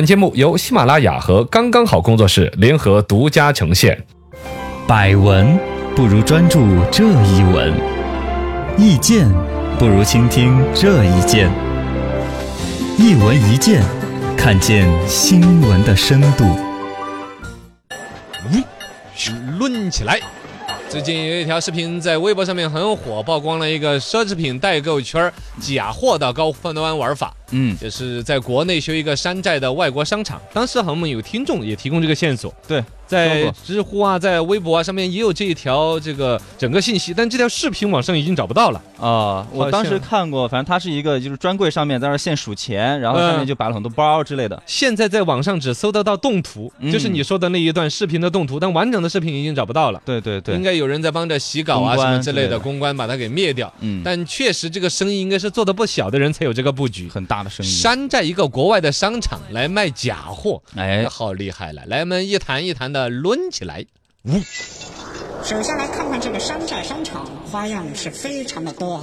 本节目由喜马拉雅和刚刚好工作室联合独家呈现。百闻不如专注这一闻，意见不如倾听这一见。一闻一见，看见新闻的深度。嗯，论起来。最近有一条视频在微博上面很火，曝光了一个奢侈品代购圈儿假货的高端玩法。嗯，就是在国内修一个山寨的外国商场。当时我们有听众也提供这个线索，对，在知乎啊，在微博啊上面也有这一条这个整个信息，但这条视频网上已经找不到了。啊、好我当时像看过，反正它是一个就是专柜上面在那儿现数钱，然后上嗯面就摆了很多包之类的。现在在网上只搜得到动图，就是你说的那一段视频的动图，但完整的视频已经找不到了。对对应对，该有人在帮着洗稿啊什公关么之类之类的的公关把它给灭掉。嗯，但确实这个生意应该是做的不小的人才有这个布局。很大的生意。山寨一个国外的商场来卖假货，哎，好厉害了！来，我们一谈一谈的抡起来。首先来看看这个山寨商场，花样是非常的多。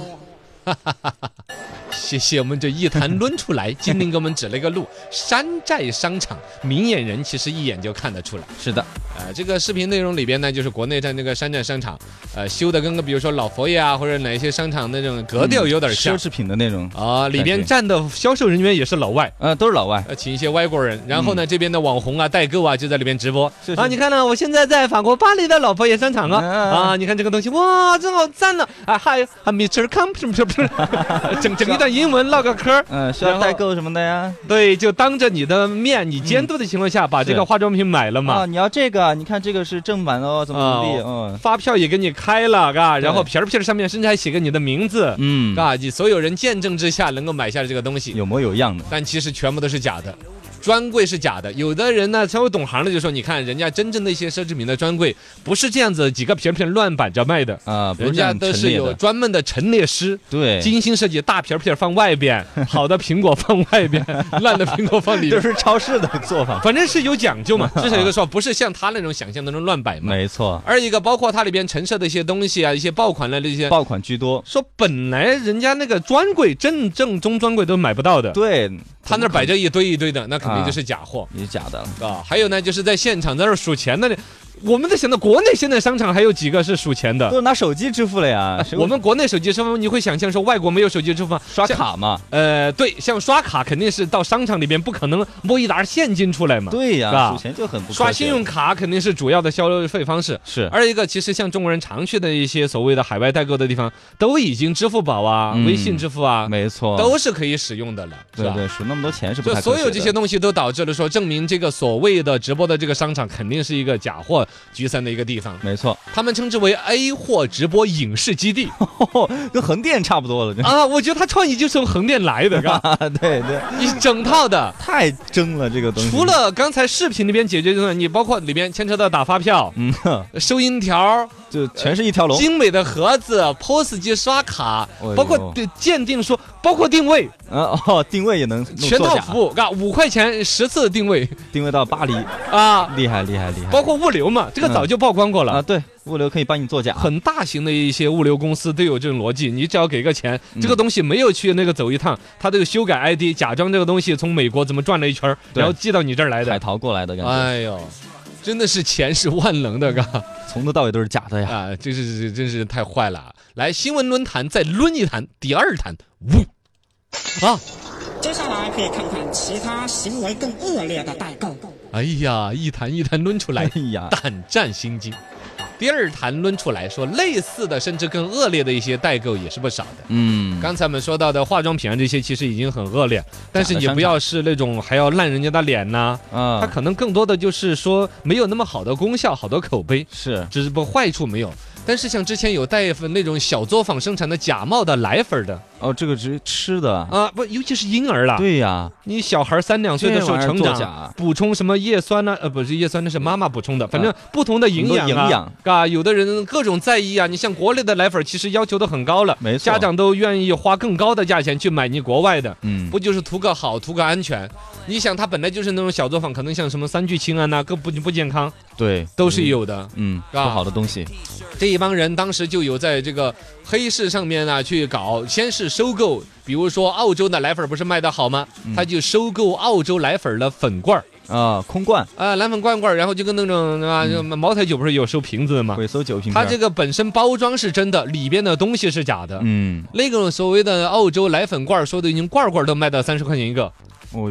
谢谢我们这一谈抡出 来，精灵给我们指了个路。山寨商场，明眼人其实一眼就看得出来。是的，呃，这个视频内容里边呢，就是国内在那个山寨商场，呃，修的跟个比如说老佛爷啊，或者哪一些商场那种格调有点像奢侈品的那种，啊、里边感觉站的销售人员也是老外。呃，都是老外。呃，请一些外国人，然后呢，这边的网红啊、代购啊就在里面直播。嗯是是啊，你看呢、我现在在法国巴黎的老佛爷商场啊，啊，你看这个东西，哇，真好赞呢！啊嗨啊，Mr. Comp，整 整一段英文唠个嗑儿。嗯、需然要后代购什么的呀？对，就当着你的面，你监督的情况下，把这个嗯是化妆品买了啊，嘛。你要这个，你看这个是正版的哦，怎么怎么地，嗯发票也给你开了，嘎，然后对皮儿皮儿上面甚至还写个你的名字，嗯，嘎，你所有人见证之下能够买下这个东西。有模有样的。但其实全部都是假的。专柜是假的，有的人呢稍微懂行的就说，你看人家真正的一些奢侈品的专柜不是这样子几个瓶瓶乱摆着卖的，啊，不人是这家样都陈是列有的专门的陈列师。对，精心设计，大瓶瓶放外 边，好的苹果放外边，烂的苹果放里边，这是超市的 做法，反正是有讲究 嘛。至少有个说，不是像他那种想象当中乱摆嘛。没错，二一个，包括它里边陈设的一些东西啊，一些爆款类的一些，爆款居多。说本来人家那个专柜正正宗专柜都买不到的，对，他那儿怎么摆着一堆一堆的，那肯定啊就是假货。可能也是假的了。啊，还有呢，就是在现场在那儿数钱的，我们在想到国内现在商场还有几个是数钱都的。是拿手机支付了呀，啊谁会哎我们国内手机支付，你会想象说外国没有手机支付吗？刷像。卡嘛，呃，对，像刷卡肯定是到商场里边不可能摸一沓现金出来嘛。对是吧呀，数钱就很不刷科学信用卡肯定是主要的消费方式。是二一个，其实像中国人常去的一些所谓的海外代购的地方，都已经支付宝啊、嗯微信支付啊，没错，都是可以使用的了，是对吧？对，数那么多钱是不就太所科有学这的些东西都导致了说，证明这个所谓的直播的这个商场肯定是一个假货聚散的一个地方，没错， 他们称之为 A 货直播影视基地跟横店差不多了，这 啊！我觉得他创意就是从横店来的，嘎 对对，一整套的。太争了这个东西。除了刚才视频里边解决这种，你包括里边牵扯到打发票、嗯， 收银条、就全是一条龙，精美的盒子、POS 机刷卡哎，呦包括对鉴定书，包括定位，嗯哦，定位也能弄全作套假服务，嘎，五块钱十次定位定位到巴黎，啊，厉害厉害厉害，包括物流嘛，这个早就曝光过了啊，。对，物流可以帮你作假，很大型的一些物流公司都有这种逻辑，你只要给个钱，嗯这个东西没有去那个走一趟，他都有修改 ID，假装这个东西从美国怎么转了一圈儿，对然后寄到你这儿来海的。淘过来的感觉，哎呦，真的是钱是万能 的，嘎从头到尾都是假的呀。啊，这是真是太坏了啊！来，新闻论坛再抡一坛，第二坛，呜啊！接下来可以看看其他行为更恶劣的代购。哎呀，一坛一坛抡出来哎， 呀，胆战心惊。第二坛抡出来说，类似的甚至更恶劣的一些代购也是不少的。嗯，刚才我们说到的化妆品啊，这些其实已经很恶劣，但是你不要是那种还要烂人家的脸呐、它啊，可能更多的就是说没有那么好的功效、好的口碑，是只是不过坏处没有。但是像之前有带粉那种小作坊生产的假冒的奶粉儿的哦，这个只吃的，啊，不，尤其是婴儿啦，对呀，你小孩三两岁的时候这玩意儿成作长假，补充什么叶酸呢、呃，不是叶酸，那是妈妈补充的，反正不同的营养、啊、嗯很多营养，啊，有的人各种在意啊。你像国内的奶粉，其实要求都很高了，没错家长都愿意花更高的价钱去买你国外的。嗯，不就是图个啊好，图个安全？你想，它本来就是那种小作坊，可能像什么三聚氰胺呐、更不不健康，对，都是有的。嗯，是不吧好的东西，这一帮人当时就有在这个黑市上面呢、啊去搞，先是收购，比如说澳洲的奶粉不是卖的好吗？他就收购澳洲奶粉的粉罐儿啊，空罐啊、奶粉罐罐儿，然后就跟那种啊，就茅台酒不是有收瓶子的吗？回收酒瓶片它儿，啊这个本身包装是真的，里边的东西是假的。嗯，那种所谓的澳洲奶粉罐儿，说的已经罐儿罐儿都卖到三十块钱一个，哦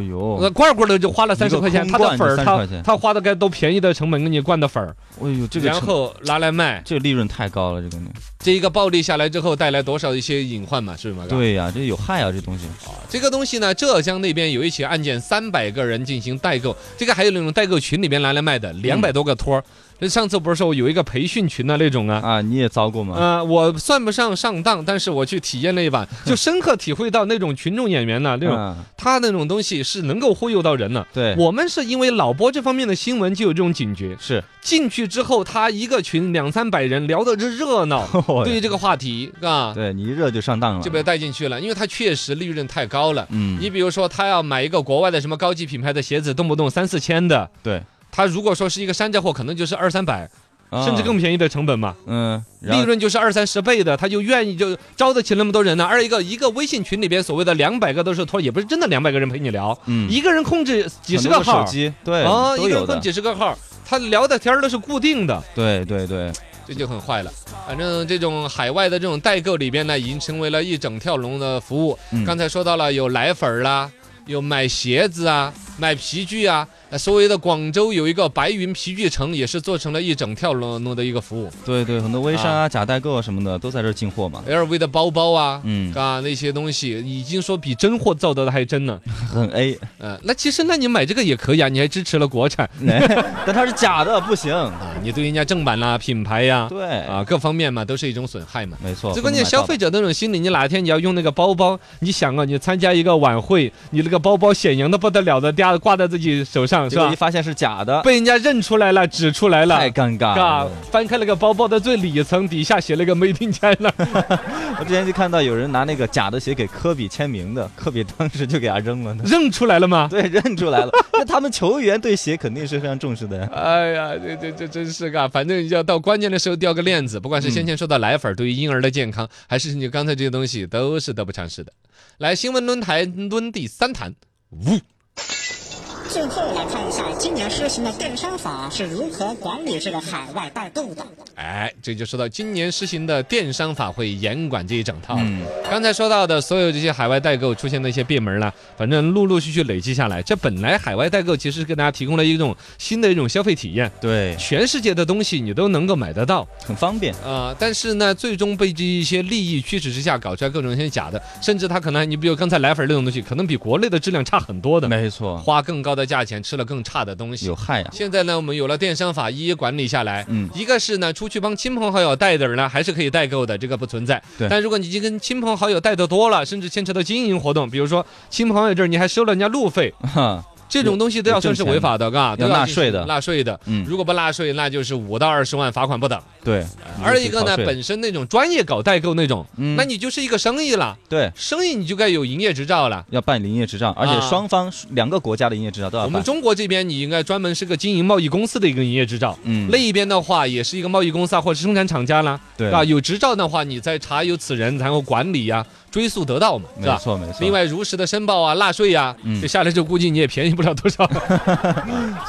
那呦，罐儿罐儿的就花了三十块钱，一个它空的罐粉儿就30它块钱它花的该多便宜的成本给你灌的粉儿，哦呦，这个然成后拿来卖，这个利润太高了，这个东西。这一个暴利下来之后带来多少一些隐患嘛，是吗？对呀，这有害啊，这东西。这个东西呢，浙江那边有一起案件，三百个人进行代购，这个还有那种代购群里面拿来卖的，两嗯百多个托儿。这上次不是说我有一个培训群的那种啊？啊，你也遭过吗？呃，我算不上上当，但是我去体验了 一把，就深刻体会到那种群众演员呢，那种嗯，他那种东西是能够忽悠到人的。对，我们是因为老播这方面的新闻就有这种警觉，是，进去之后他一个群两三百人聊的这热闹， 对于这个话题啊，哦对你一热就上当了就。被带进去了，因为他确实利润太高了。嗯，你比如说，他要买一个国外的什么高级品牌的鞋子，动不动三四千的，对，他如果说是一个山寨货，可能就是二三百，啊甚至更便宜的成本嘛，嗯，然利后润就是二三十倍的，他就愿意就招得起那么多人呢。二一个，一个微信群里边所谓的两百个都是托儿，也不是真的两百个人陪你聊，嗯一个人控制几十很多个的号手，机，对，啊，一都个人有控的，几十个号，他聊的天儿都是固定的。对对对，这就很坏了。反正这种海外的这种代购里边呢，已经成为了一整条龙的服务。嗯刚才说到了有奶粉儿啦，有买鞋子啊，买皮具啊。呃所谓的广州有一个白云皮具城，也是做成了一整条龙龙的一个服务。对对，很多微商啊、假代购啊什么的都在这儿进货嘛。 LV 的包包啊。嗯，啊，那些东西已经说比真货造得的还真呢。很 A，呃，那其实那你买这个也可以啊，你还支持了国产哎但它是假的，不行。啊，你对人家正版啦、啊品牌呀、对，啊各方面嘛，都是一种损害嘛。没错。最关键，消费者那种心理，你哪天你要用那个包包，你想啊，你参加一个晚会，你那个包包显扬的不得了的，第二挂在自己手上不是能买到的结果吧一？发现是假的，被人家认出来了，指出来了太。尴尬啊了。！翻开那个包包的最里层，底下写了个 “Made in China”，我之前就看到有人拿那个假的鞋给科比签名的，科比当时就给他扔了呢。 认出来了吗？对，认出来了。 那他们球员对鞋肯定是非常重视的呀。哎呀，这这这真是个啊，反正要到关键的时候掉个链子。不管是先前说的奶粉儿对于婴儿的健康，还是你刚才这些东西，都是得不偿失的。来，新闻论坛论第三谈，呜。最后来看一下今年施行的电商法是如何管理这个海外代购的。哎，这就说到今年施行的电商法会严管这一整套。刚才说到的所有这些海外代购出现的一些闭门呢，反正陆陆续续累积下来，这本来海外代购其实是给大家提供了一种新的一种消费体验，对，全世界的东西你都能够买得到很方便。啊、呃但是呢，最终被这一些利益驱使之下，搞出来各种一些假的，甚至它可能你比如刚才奶粉那种东西，可能比国内的质量差很多的，没错，花更高的价钱吃了更差的东西，有害啊呀。现在呢，我们有了电商法一一管理下来，嗯一个是呢，出去帮亲朋好友带的人呢，还是可以代购的，这个不存在。对但如果你已经跟亲朋好友带的多了，甚至牵扯到经营活动，比如说亲朋好友这儿你还收了人家路 费，哈，这种东西都要算是违法的，嘎，有都纳进税的纳税的。嗯如果不纳税，那就是五到二十万罚款不等。对。而一个呢，你就得逃税本身那种专业搞代购那种，嗯那你就是一个生意了，对生意你就该有营业执照了。要办营业执照，而且啊双方两个国家的营业执照都要我们办。中国这边你应该专门是个经营贸易公司的一个营业执照，嗯那一边的话也是一个贸易公司啊，或者是生产厂家啦，对啊，有执照的话，你再查有此人，然后管理呀、啊追溯得到嘛，是没吧？错没错。另，外如实的申报啊，纳税呀、嗯这下来就估计你也便宜不了多少。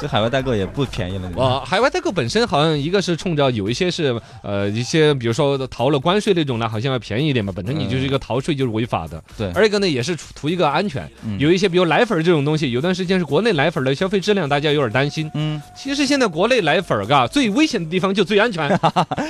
这海外代购也不便宜了。哇，海外代购本身好像一个是冲着有一些是呃一些，比如说逃了关税那种呢，好像要便宜一点嘛，本身你就是一个逃税就是违法的。对而一个呢也是图图一个安全，嗯有一些比如奶粉儿这种东西，有段时间是国内奶粉儿的消费质量大家有点担心，嗯，其实现在国内奶粉儿嘎最危险的地方就最安 全，是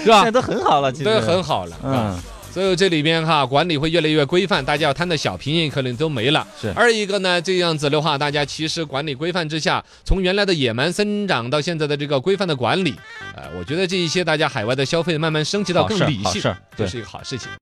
现在吧？都很好了，其实都很好了，啊，嗯，所以这里边哈管理会越来越规范，大家要贪的小便宜可能都没了。是二一个呢，这样子的话，大家其实管理规范之下，从原来的野蛮生长到现在的这个规范的管理，呃，我觉得这一些大家海外的消费慢慢升级到好更事儿理好性事，儿，这对。是一个好事情。